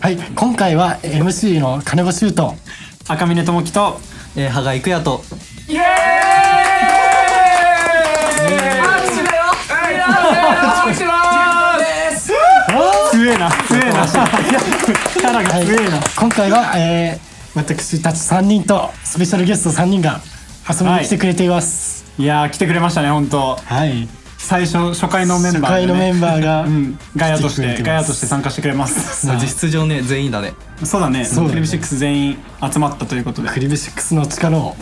はい、今回は MC の金子修と赤嶺智樹とえー、羽賀育也とイエーイ拍手だよ拍手だ強えな強えなキャラがはい強えな、今回は、えー、私たち3人とスペシャルゲスト3人が遊びに来てくれています。い、やー来てくれましたね本当はい、最初初回のメン初バー回で、ね、のメンバーが、うん、ガヤとし来てくれててますガヤとして参加してくれます実質上ね全員だねそうだねそうだねテレビ6全員集まったということでクリブシックスの力を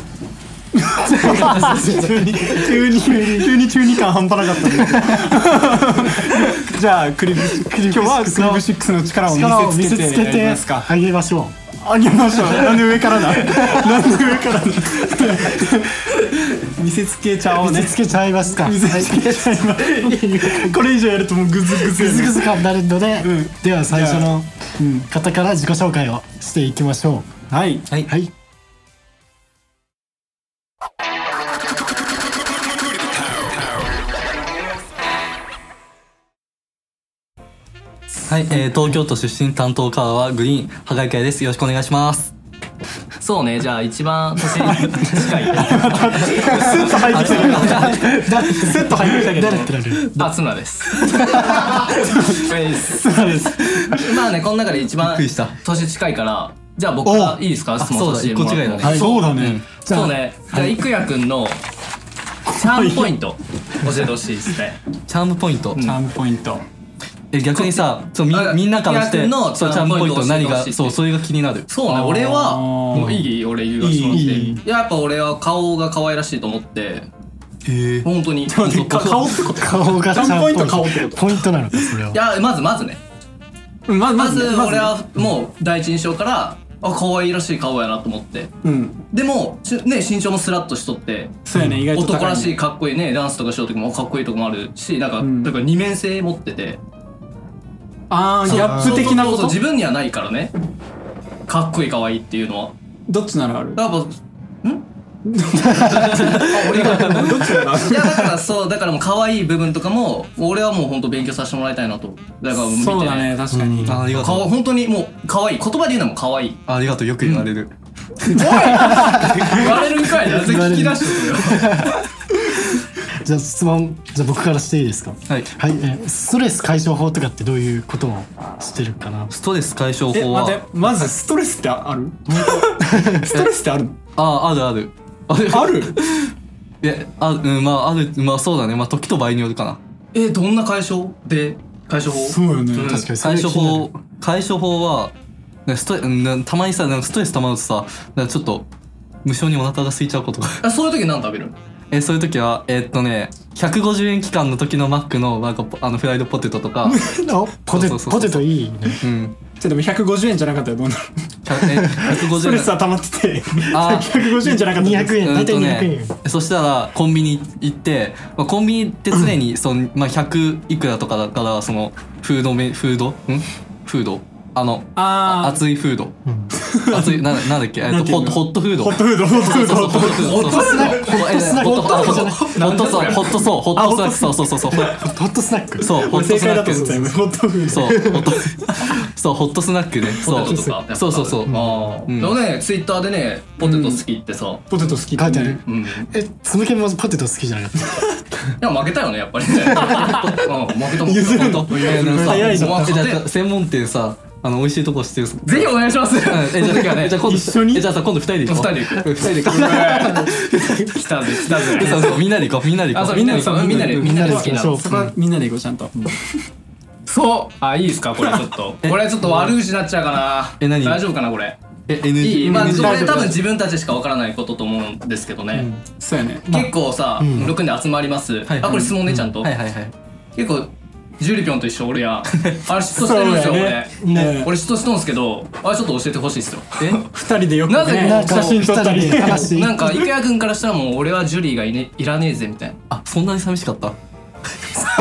急に急に急に中二感半端なかったんだ けどじゃあクリブ今日はクリブシックスの力を力を見見せせつつけけててやりますかあげましょあげましょうなんで上からだなんで上からだ見せつけちゃおう。う見ねせつけちゃいますか。見せつけちゃいますこれ以上やるともうグズググズやねズグズ感になるので、うんでは最初のうん方から自己紹介をしていきましょ。はい、はいうはい、はい、えー、東京都出身担当カーはグリーン羽賀育也ですよろしくお願いしますそうねじゃあ一番年近い スッと入ってきたけどスッと入ってきたけど誰ってなる。あ妻ですそうですまあねこの中で一びっ番くりした年近いからじゃあ僕がいいですか質そうだ問させてもらってもこっちがいいそうだね、じゃあそうねじゃあ郁也くんのチャームポイント教えてほしいですねチャームポイント、チャームポイントえ逆にさそうみあみんなからして育也君のそうチチャャーームムポポイインントトを教え何てほしいがそうそれが気になるそうねあー俺はもういい俺言わせてもらっていいいいいややっぱ俺は顔が可愛らしいと思ってへえ本当に。待ってか顔ってこと顔がチャームポイント顔ってことポイントなのかそれはいやまずまずねうんまままずずね俺はもう第一印象からあ可愛らしい顔やなと思ってうんでもちね身長もスラッとしとってそうやね意外と高い、ね、男らしいかっこいいねダンスとかしようときもかっこいいとこもあるしなんか,、んなんか二面性持っててああギャップ的なこそうそうそうと自分にはないからねかっこいいかわいいっていうのはどっちならある だからやっぱんあ俺がどっちならあるいやだからそうだからもう可愛い部分とかも俺はもう本当勉強させてもらいたいなとだからもう見て、ね、そうだね確かに、あありがと顔う本当にもう可愛い言葉で言うのも可愛いありがとうよく言われる、言われるんかいなぜ聞き出してくれよじゃあ質問じゃあ僕からしていいですか。はいはい、えーストレス解消法とかってどういうことをしてるかな。ストレス解消え法は待ってまずストレスってあるストレスってあるのあああるあるあるある いやあうんまああるまあそうだねまあ時と場合によるかな えどんな解消で解消法そうよねん確かにそれ解が気消にな法る解消法はねストレうんたまにさなんかストレス溜まるとさなんかちょっと無性にお腹が空いちゃうことがあそういう時何食べるのえそういう時はえっとね150円期間の時のマックのなんかポあのフライドポテトとか あポテそうそうそうそうポテトいいね。うんじゃあでも150円じゃなかったらどうなるひゃえストレス150円は溜まっててあ150円じゃなかったら200円うん大体とね200円。そしたらコンビニ行って、まあ、コンビニって常にその、まあ、100いくらとかだからそのフードめフードんフードあのあー熱いフード、熱いななんだっけえっなんとていうホのットホットフードホットフードホットフードそうそうそうそうホットスナックホットスナックホットソーホットソーホットスナッホットスナクそうそうそうそうック。そうホ俺ット正ス解ナッだとク思った今ホットフードそうホット そうホットスナックねそポテうトとかそうそうそうああ、んでもねツイッターでねポテト好きってさ、ポテト好き書いてある。うんえつむけもポテト好きじゃなかった。でも負けたよねやっぱ りね、うん、負けたもん譲る本当いやなんかさ早いじゃんもうえじゃあ専門店さあの美味しいとこ知ってるぜひお願いしますうんえじゃあ時はねじゃあ 今度一緒にえじゃあさ今度二人で行こう二人で行く二人で行こ 来たぜ来たぜうそうそうみんなで行こうみんなで行あこそううみんなでそうみんなでみんなで好きなそうそこはみんなで行こうちゃんとそうあいいですかこれちょっとえこれちょっと悪口になっちゃうかなえ何大丈夫かなこれえ N いい G まあこ大丈れ夫多分自分たちしかわからないことと思うんですけどね、そうやね結構さ、6人集まります、はいあこれ質問ねちゃんと、はいはいはい結構ジュリピョンと一緒俺 やあれ嫉妬してるんですよ、そうやね俺、ね俺嫉妬しとんすけどあれちょっと教えてほしいっすよえ二人でよくなぜねなんか写真撮ったり二人で話してなんか池谷君からしたらもう俺はジュリーがい,、ね、いらねえぜみ たいなあそんなに寂しかった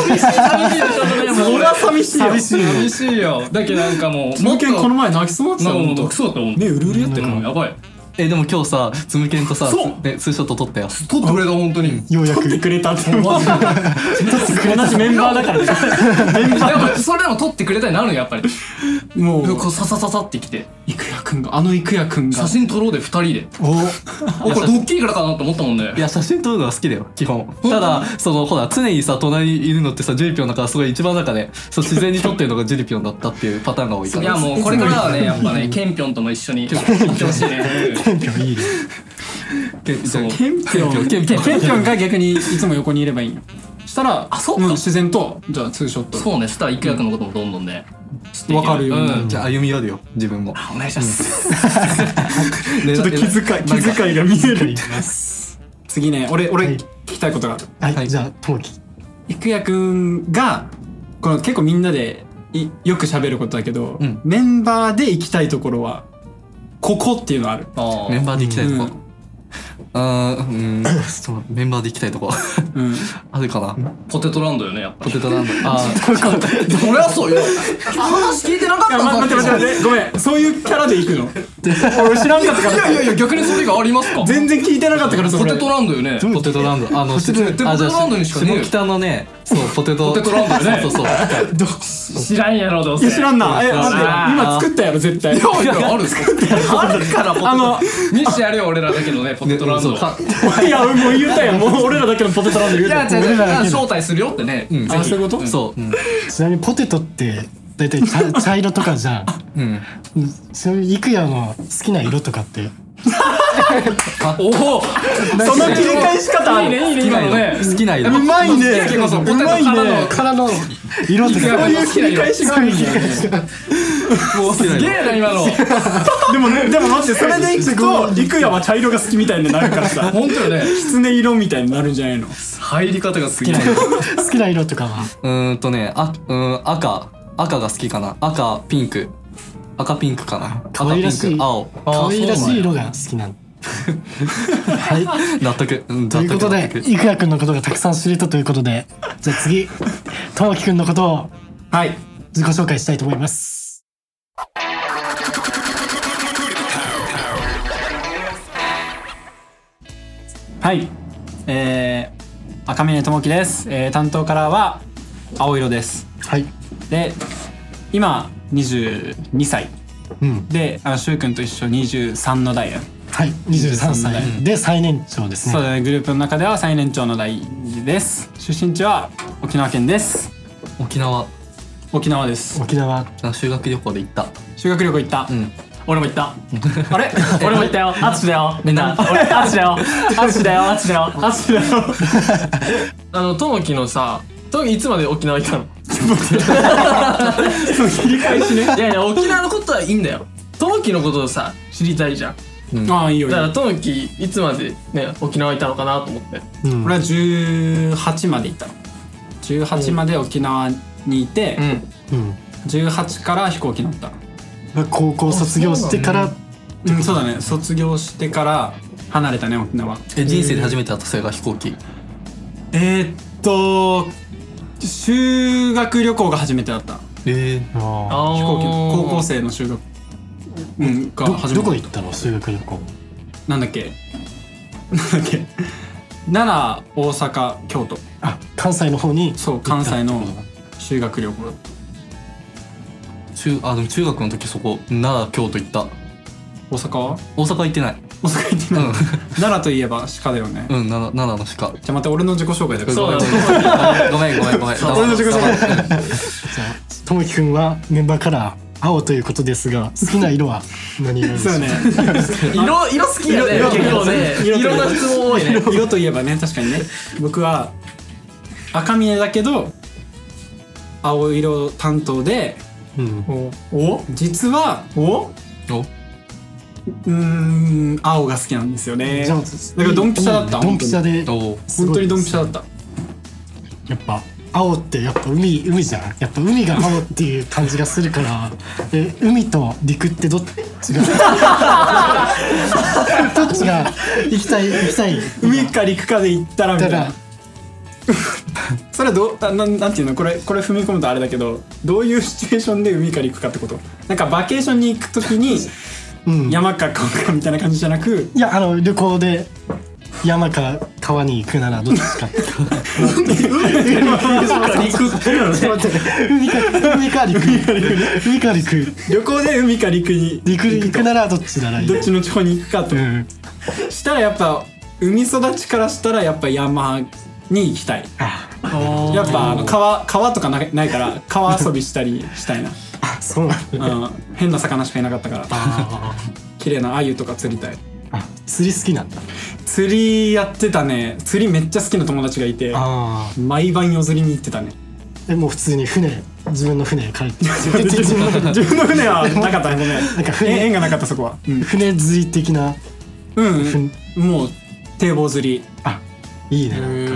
寂しいよちょっとね もう俺は寂しいよ寂しいよ寂しいよだけどなんかもうももう っと一回この前泣きそうだったなんかもうよクソだと思うねうるうるやってるうんやばいえでも今日さつむけんとさそうねツーショット撮ったよ撮ってくれた本当にようやく撮ってくれたって思う 同じメンバーだからねメンバでもそれでも取ってくれたになるのやっぱりーもこううささささってきていくやくんがあのいくやくんが写真撮ろうで2人 でおあこれドッキリからかなと思ったもんねいや写真撮るのは好きだよ基本ただそのほら常にさ隣にいるのってさジュリピョンだからすごい一番中でそう自然に撮ってるのがジュリピョンだったっていうパターンが多いかいらやもうこれからはねやっぱねケンピョンとも一 緒に行ってほしいねけそうケンピョンケンピョンケンピョンが逆にいつも横にいればいいよしたらあそっかん自然とじゃあツーショットそうねそしたらいくやくんのこともどんどんね知っていけわかるようになるんじゃあ歩み寄るよ自分もお願いしますちょちょっと気遣い気遣いが見える次ね俺俺はい聞きたいことがあるはい、はいじゃあともきいくやくんがこの結構みんなでいよく喋ることだけど、うんメンバーで行きたいところはここっていうのある、あメンバーで行きたいとうこ、んあー うん、ちょっとメンバーで行きたいとこ うん、あるかなーポテトランドよねやっぱポテトランドあー俺は そうよ話聞いてなかいっや、ま、さっ待きって待って待ってごめんそういうキャラで行くの 俺知らんかったかいやらいやいや逆にそれがありますか全然聞いてなかったからそポれテトランドよねポテトランドあのテトポテトあじゃあランドにしかねえよ下北のねそうポテトポテトランドねそうそうそう知らんやろどういせや知らんなえそう待って今作ったやろ絶対いやいやあるあるからポテトあの見してやるよ俺らだけどねポテトランドそうかいやもう言うた やんもう俺らだけのポテトランド言ういたややん違う違う招待するよってねんぜあひそういうことそううんちなみにポテトって大体茶茶色とかじゃんうんそういういくやの好きな色とかっておおその切り返し方あるねいいね好きな今色好きな色のねうまいね結構そうポテトまいねからの殻の色とこかういう切 り返しがあるんだよね好きなすげ色えな今のでもねでも待ってそれでいくと陸也は茶色が好きみたいになるからさ本当よね狐色みたいになるんじゃないの入り方が好きな好きな色とかはうーんとねあうん赤赤が好きかな赤ピンク赤ピンクかな赤愛ピらしいンク青可愛らしい色が好きなのはい 納得うんと納いうこ得と納で得いくやくんのことがたくさん知れたということでじゃあ次ともきくんのことをはい自己紹介したいと思いますはいえー、赤嶺智樹です、えー、担当カラーは青色ですはいで今22歳うんであのく君と一緒23の代やはい23歳で最年長ですそうねだねグループの中では最年長の代です出身地は沖縄県です沖縄沖縄です沖縄修学旅行で行った修学旅行行った、うん俺も行った あれ俺も言ったよあつしだよみん な俺あつしだよあつしだよあつしだよあつしだよあのともきのさともきいつまで沖縄行ったの その切り返 しねいやいや沖縄のことはいいんだよともきのことをさ知りたいじゃんああいいよいいだかよらともきいつまでね沖縄いたのかなと思ってうん俺は18まで行ったの18まで沖縄にいて、んうん18から飛行機乗った高校卒業してからうんそうだね卒業してから離れたね沖縄え人生で初めてだったそれが飛行機えー、っと修学旅行が初めてだったええあ飛行機の高校生生の修学うんがー初めどてどこ行ったの修学旅行なんだっけ なんだっけ奈良大阪京都あ関西の方にそう関西の修学旅行だった中あでも中学の時そこ奈良京都行った大阪は大阪行ってない大阪行ってうない、ん 奈良といえば鹿だよね、うん奈良奈良のしかじゃあまた俺の自己紹介だからそうだよごめん ごめんごめん俺の自己紹介ともきくんはメンバーから青ということですが好きな色は何色でし そうょうよね色色好きやね色結構ね色色の質問多いね色といえばね確かにね僕は赤峰だけど青色担当でうんお実はおおうーん青が好きなんですよねじゃあだからドンピシャだったドンピシャでお本当にドンピシャだったやっぱ青ってやっぱ海海じゃんやっぱ海が青っていう感じがするから え海と陸ってどっち がどっちが行きたい行きたい海か陸かで行ったらみただいかならそれはどうあなんなんていうのこれこれ踏み込むとあれだけどどういうシチュエーションで海か陸かってことなんかバケーションに行くときにうん山か川かみたいな感じじゃなくいやあの旅行で山か川に行くならどっちか 陸海か海か陸海か陸旅行で海か陸に陸に行くならどっちならいいどっちの地方に行くかとうんしたらやっぱ海育ちからしたらやっぱ山に行きたいやっぱあの川川とかなないから川遊びしたりしたいな、あそうなんだうん、変な魚しかいなかったからあ綺麗な鮎とか釣りたいーあ釣り好きなんだ釣りやってたね釣りめっちゃ好きな友達がいてあ毎晩夜釣りに行っ てたねあもう普通に船自分の船借りて 自分の船はなかったねごめんなんかえ船縁がなかったそこはうん、船釣り的なうんうん、もう堤防釣りいいねなんか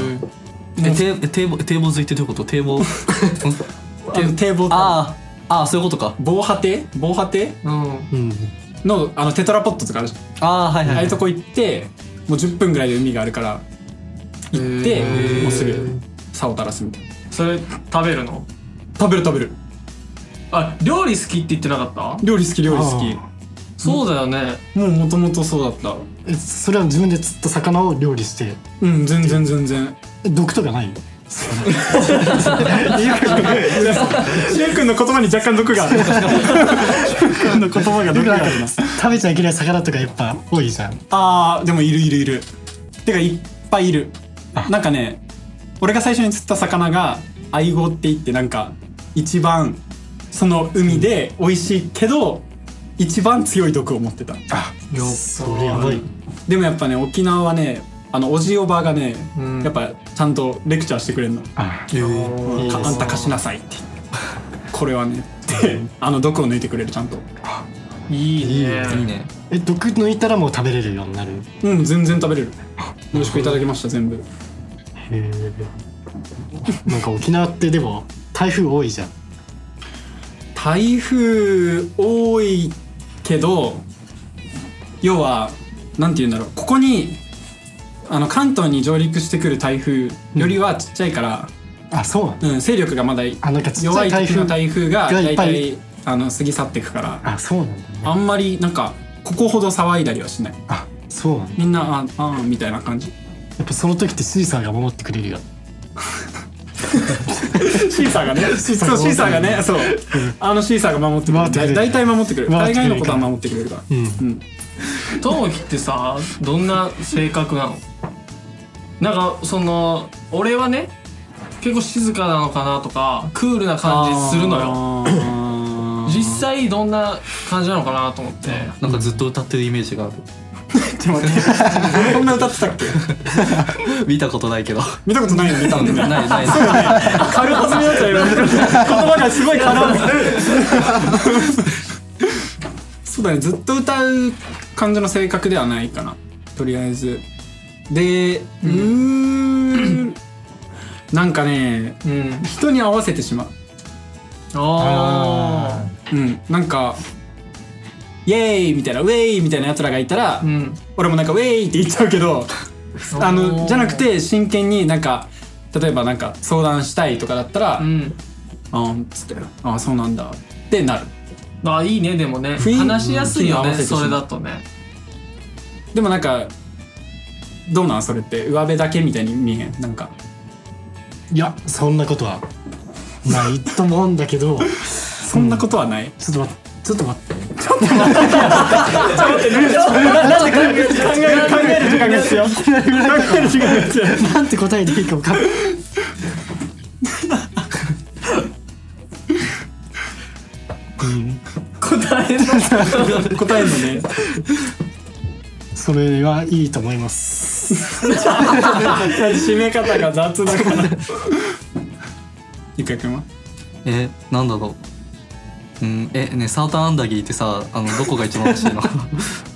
え堤え堤防堤防釣りってどういうこと堤 防んあの堤防ああああそういうことか防波堤防波堤うんうんのあのテトラポットとかあるじゃんああはいはあいあはいいうとこ行ってもう10分ぐらいで海があるから行ってへーもうすぐ竿を垂らすみたいなそれ食べるの食べる食べるあ料理好きって言ってなかった料理好き料理好あきそうだよねもうもともとそうだったえそれは自分で釣った魚を料理してうん全然全 然え毒とかないしゅんくんの言葉に若干毒 があるしゅんくんの言葉が毒があります食べちゃいけない魚とかやっぱ多いじゃんあーでもいるいるいるてかいっぱいいるなんかね俺が最初に釣った魚がアイゴって言ってなんか一番その海で美味しいけど一番強い毒を持ってたそれやばいでもやっぱね沖縄はねあのおじいおばあがね、うんやっぱちゃんとレクチャーしてくれるのい「いですかあんた貸しなさい」っ て「これはね」ってあの毒を抜いてくれるちゃんといいねいいねえ毒抜いたらもう食べれるようになるうん全然食べれる美味しくいただきました全部へえなんか沖縄ってでも台風多いじゃん台風多いけど要はなんて言うんだろうここにあの関東に上陸してくる台風よりはちっちゃいから、あそうなんだうん勢力がまだあなんかちっち弱ゃいい台時風の台風ががいっ大ぱい体あの過ぎ去っていくからあそうなんだねあんまりなんかここほど騒いだりはしないあそうなんだみんなああーみたいな感じやっぱその時ってシーサーが守ってくれるよシーサーがねそうシーサーがねそうあのシーサーが守って守ってくくれれるる大体守ってくれる守って大くれ概るのことは守ってくれるからうんうんトモキってさどんな性格なのなんかその俺はね結構静かなのかなとかクールな感じするのよよ実際どんな感じなのかなと思ってなんかずっと歌ってるイ メージがあちょっと待って こんな歌ってたっける見たことないけど見たことないの見たないのない ない軽はずみだったよ今言葉がすごい軽はずみそうだねずっと歌う感じの性格ではないかなとりあえずでうーんなんかねうん人に合わせてしまうあうんなんかイエーイみたいなウェイみたいなやつらがいたら、あうん俺もなんかウェイって言っちゃうけどあのじゃなくて真剣になんか例えばなんか相談したいとかだったら「うんあーん」っつって「ああそうなんだ」ってなるあいいねでもね雰囲気話しやすいよに合ねわせてしまそうれだとねでもなんかどうなんそれって上辺だけみたいに見えへんなんかいやそんなことはないと思うんだけど そんなことはない、ちょっと待ってちょっと待って考える考える時間が必要考える時間が必要なんて 答えていいか分かんない答え の答えるのねそれはいいと思います締め方が雑だからゆくやくんはえなんだろううんえねサーターアンダギーってさあのどこが一番美味しいの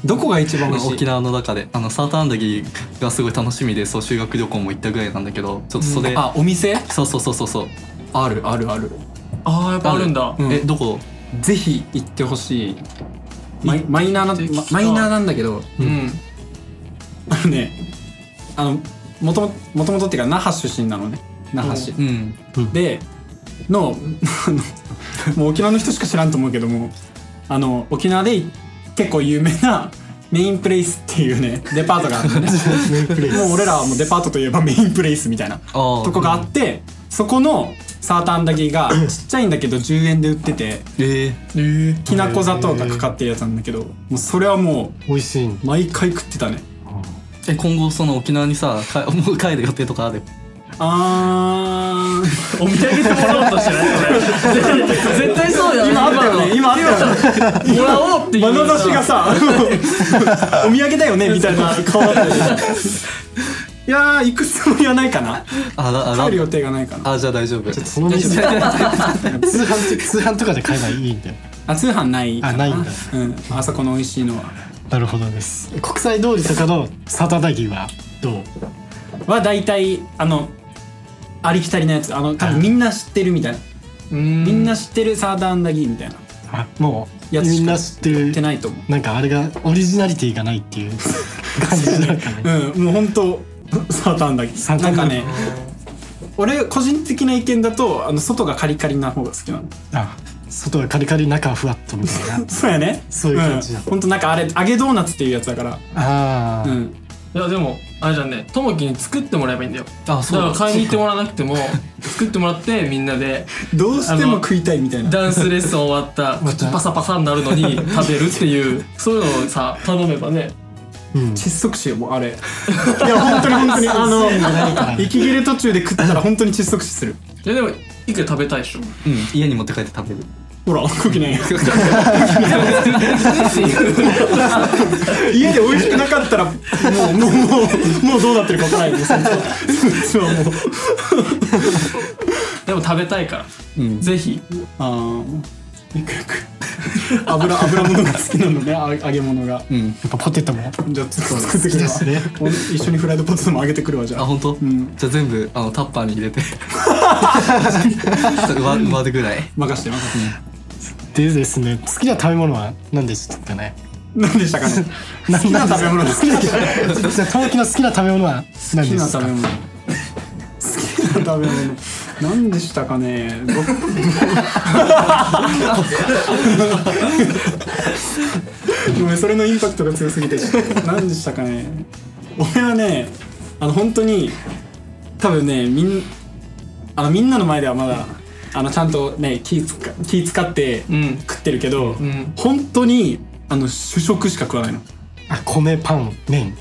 どこが一番美味しい沖縄の中であのサーターアンダギーがすごい楽しみでそう修学旅行も行ったぐらいなんだけどちょっとそれ、あお店そうそうそうそうそうあるあるあるああやっぱあるんだうんえどこぜひ行ってほしいマイマイナー行ってなきたマイナーなんだけどうんあのねあのもとももともとっていうか那覇出身なのね那覇市うんでのあのもう沖縄の人しか知らんと思うけどもあの沖縄で結構有名なメインプレイスっていうねデパートがあるんで、ね、メインプレイスもう俺らはもうデパートといえばメインプレイスみたいなあーとこがあってそこのサーターアンダギーがちっちゃいんだけど10円で売っててええきなこ砂糖がかかってるやつなんだけどもうそれはも美味しいんう毎回食ってたねえ今後その沖縄にさか もう帰る予定とかあるあーお土産でもらおうとしてないそれ絶対そうよ今あったよね今あったよねもらおうっていう眼差しがさ お土産だよねみたいな顔だったよねいやー行くつもりはないかなあらあら帰る予定がないかなあじゃあ大丈夫ちょっとその店通販通販とかで買えばいいんだよあ通販ないあないんだうんあそこの美味しいのはなるほどです国際通りとかのサタダギはどうは大体あのありきたりなやつあの多分みんな知ってるみたいなみんな知ってるサーターアンダギーみたいなあもうやつしかみんな知って売ってるないと思うなんかあれがオリジナリティがないって いう感じなんかねうん、もう本当サーターアンダギサーーターなアンんダかギーね俺個人的な意見だとあの外がカリカリな方が好きなのあ外はカリカリ中はふわっとみたいなそうやねそういう感じだん、ほんとなんかあれ揚げドーナツっていうやつだからあうーんいやでもあれじゃんねともきに作ってもらえばいいんだよあだそうから買いに行ってもらわなく ても作ってもらってみんなでどうしても食いたいみたいなダンスレッスン終わった口パサパサになるのに食べるっていうそういうのをさ頼めばねうん窒息死よもうあれ いや本当に本当ないにあからの息切れ途中で食ったら本当に窒息死するいやでもいくら食べたいでしょうん家に持って帰って食べるほら動きないよ 家で美味しくなかったらもうもうもうもうどうなってるか分からないですそうもうでも食べたいから、うんぜひああいくいく油油物が好きなのねあ揚げ物がうんやっぱポテトもじゃあちょっと作って好きくるでわすねお一緒にフライドポテトも揚げてくるわじゃああ本当、んじゃあ全部あのタッパーに入れて ちょっと上上手ぐらい任して任せてでですね好きな食べ物は何でしたかね何でしたかね好きな食べ物です好じゃあ友樹の好きな 食べ物は何きでなす食べか物好きな食べ物何でしたかねごごめんそれのインパクトが強すぎて何でしたかね俺はねあの本当に多分ねみんあのみんなの前ではまだあのちゃんとね気つか気使ってうん食ってるけど、ん本当にあの主食しか食わないのあ米パン麺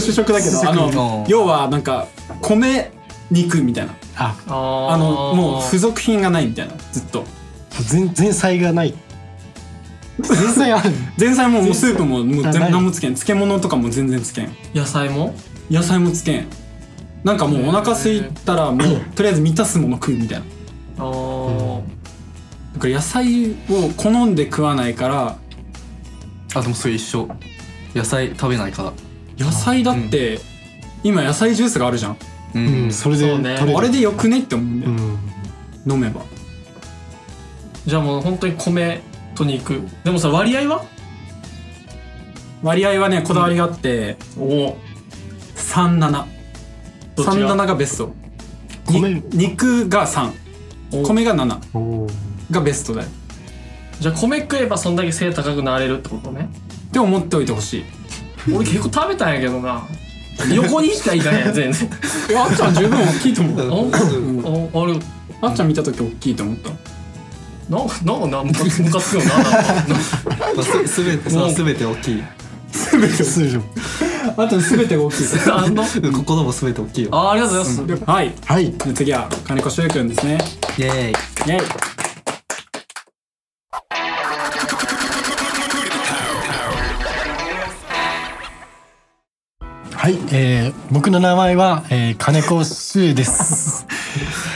主食だけどあうのん要はなんか米肉みたいなあああのもう付う属品がないみたいなずっと前前菜がない前菜ある前菜ももうスープももうあ全ない何もつけん漬物とかも全然つけん野菜も野菜もつけんなんかもうお腹空いたらもうとりあえず満たすもの食うみたいなあーだから野菜を好んで食わないからあでもそれ一緒野菜食べないから野菜だって今野菜ジュースがあるじゃんうん、うんそれでそう取ねれるあれでよくねって思うんだうよん飲めばじゃあもう本当に米と肉でもさ割合は割合はねこだわりがあっておお3737どっちががベストに米肉が3お米が7おーがベストだよじゃあ米食えばそんだけ背高くなれるってことねって思っておいてほしい俺結構食べたんやけどな横にしかいかへん全然えあっちゃん十分大きいと思うおんおあれあっちゃん見た時大きいと思ったなんかなんかなむかつむかつくよななんかまあ、すすべてさすべて大きい通常あっちゃん全てが大きいあの心もすべて大きいよあーありがとうございます はいはいで次は金子修くんですねイエーイイェイはい、えー、僕の名前は、えー、金子修です。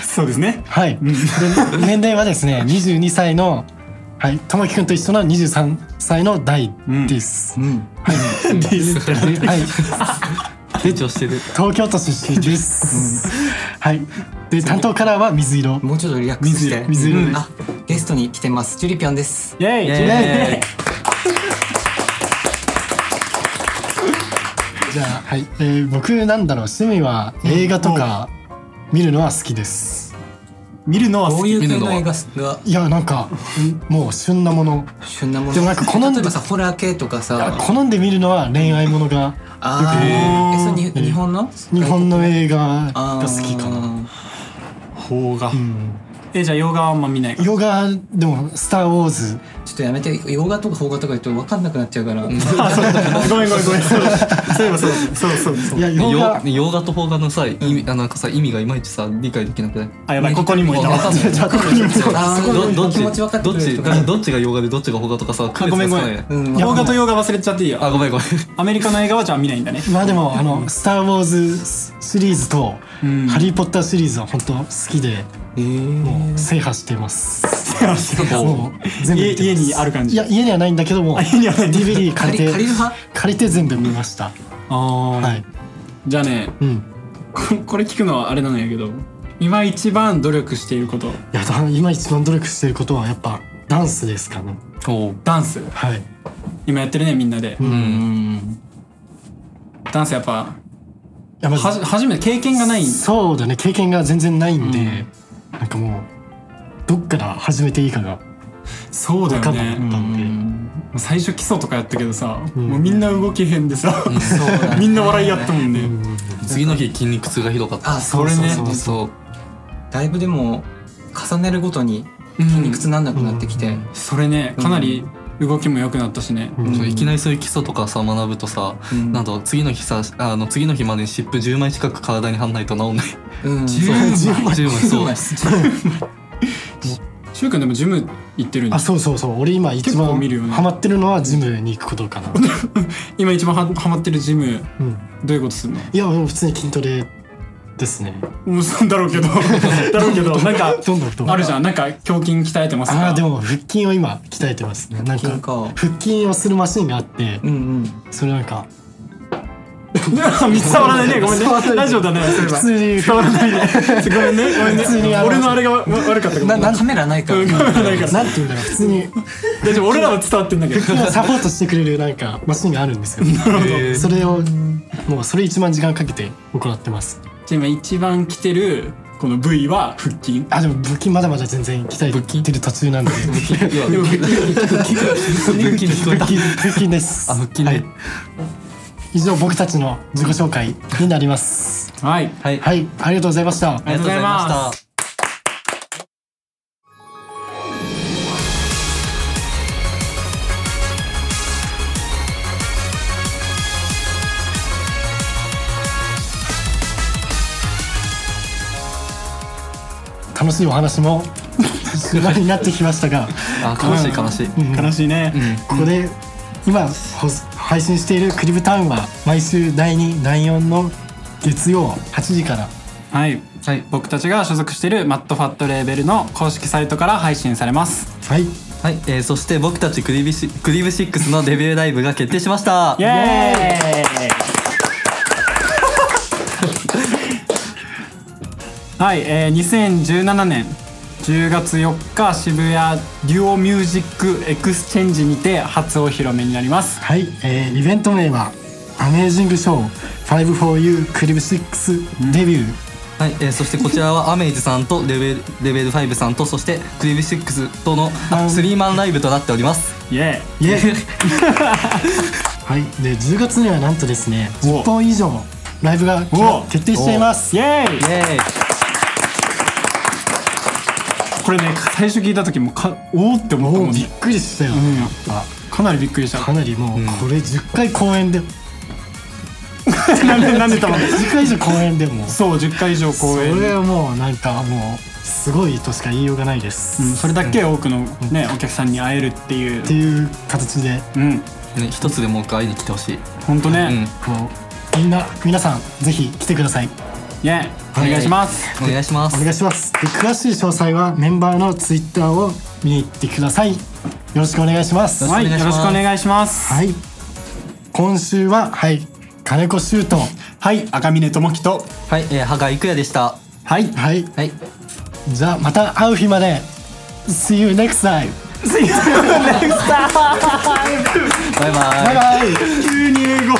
そうですねはい。で年齢はですね、22歳の、はい、ともきくんと一緒の23歳の代です。うんはい。はい。成長してる東京都出身です。はい。で、担当カラーは水色。もうちょっとリラックスして。水色です。あ、ゲストに来てます。ジュリピョンです。イェイイエじゃあ、はい。えー、僕なんだろう、趣味は映画とか見るのは好きです。見るのはど好うきいう見る系ののは映画がいやなんかもう旬なもの旬なものでもなんか好んで例えばさホラー系とかさ好んで見るのは恋愛ものがあーへーえそれに日本の日本の映画あーが好きかな邦画、えじゃあ洋画はあんま見ないヨガでも「スター・ウォーズちょっとやめて洋画とか邦画とか言うと分かんなくなっちゃうからごめんごめんごめんそうそういえばそうそうそうそ」ういやヨよガ洋画と邦画のさ意味、あなんかさ意味がいまいちさ理解できなくないあやばいここにもい たわわかんないあーどどっ気ち持ち分かってどくっれちるとかどっちが洋画でどっちが邦画とかさあ区別ごめんごがつかめないんねうん洋画と洋画忘れちゃっていいよあごめんごめんアメリカの映画はじゃあ見ないんだねまあでもあの「スター・ウォーズ」シリーズと「うんハリー・ポッター」シリーズは本当好きでもう制覇してますもう全部家家見てますにある感じいや家にはないんだけどもあ家にはない DVD 借借りり借りてる派借りて全部見ましたああ、はいじゃあねうんここれ聞くのはあれなんやけど今一番努力していることいやだ今一番努力してることはやっぱダンスですかねおうダンスはい今やってるねみんなで、うんダンスやっぱやはじ初めて経験がないそうだね経験が全然ないんで、なんかもうどっから始めていいかがそうだ分かよんなかったね、んで、最初基礎とかやったけどさ、んもうみんな動けへんでさ、 みんな笑いやったもんね、次の日筋肉痛がひどかったあそうそれねそうそうそうだいぶでも重ねるごとに筋肉痛なんなくなってきて、それねかなり動きも良くなったしね、そういきなりそういう基礎とかさ学ぶとさ、んなんと次の日さあの次の日までに湿布10枚近く体に貼んないと治んないうん10枚 ,10 枚そうしゅうくんでもジム行ってるんあですそうそうそう俺今一番結構見るよねハマってるのはジムに行くことかな、今一番はハマってるジムうん、どういうことするのいやもう普通に筋トレですねうんそうだろうけどだろうけどなんかどんどんどんあるじゃんなんか胸筋鍛えてますかあーでも腹筋を今鍛えてますねなんか筋か腹筋をするマシンがあってうんうんそれなんか見つからないねごめん伝わらなねいラジオだねそういえば普通に伝わらな いねごめんねごめん普通にねあの俺のあれがわ悪かったかもななカメラないから、うんごめんないからなんていうんだろう普通に大丈夫俺らは伝わってんだけどサポートしてくれるなんかマシンがあるんですよそれをもうそれ一番時間かけて行ってますじゃあ今一番来てるこの部位は腹筋あでも腹筋まだまだ全然鍛えてる途中なんで腹筋でも腹 筋聞こえた腹筋ですあ腹筋ねはい以上僕たちの自己紹介になり ますはいはいはいありがとうございましたありがとうございます楽しいお話も終盤になってきましたがあ悲しい悲しい悲しいね、ここで今ほ配信している「クリブタウン」は毎週第2第4の月曜8時からはい、はい、僕たちが所属しているマットファットレーベルの公式サイトから配信されますはいはい、えー、そして僕たちクリブシクリブシックスのデビューライブが決定しましたイ エーイはい、えー、2017年10月4日渋谷デュオミュージックエクスチェンジにて初お披露目になりますはい、えーイベント名は「アメージングショー 5for you クリブ6デビュー」はい、えー、そしてこちらはアメイジさんとレベルレベル5さんとそしてクリブシックスとのあスリーマンライブとなっておりますイエイエーはいで10月にはなんとですねお10本以上ライブが決まお決定していますーイイエーイイエーイこれね最初聞いた時もかおおって思もったもうんびっねくりしたよ、んやっぱかなりびっくりしたかなりもうこれ10回公演で なんでなんでたまん10回以上公演でもうそう10回以上公演それはもうなんかもうすごいとしか言いようがないです、うん、っそれだけ多くの、ねお客さんに会えるっていうていう形でうんね、一つでも多く会いに来てほしい。本当うんね、、こうみんな皆さんぜひ来てくださいイエーイお願いします、お願いしますお。願いしますで詳しい詳細はメンバーのツイッターを見に行ってくださいよろしくお願いしますはい、お願いしますよろしくお願いします。はい今週ははい金子修斗はい赤峰智樹とはい、えー、羽賀郁也でした。はいはいはい。じゃあまた会う日まで See you next time バイバイ。バイバイ急に英語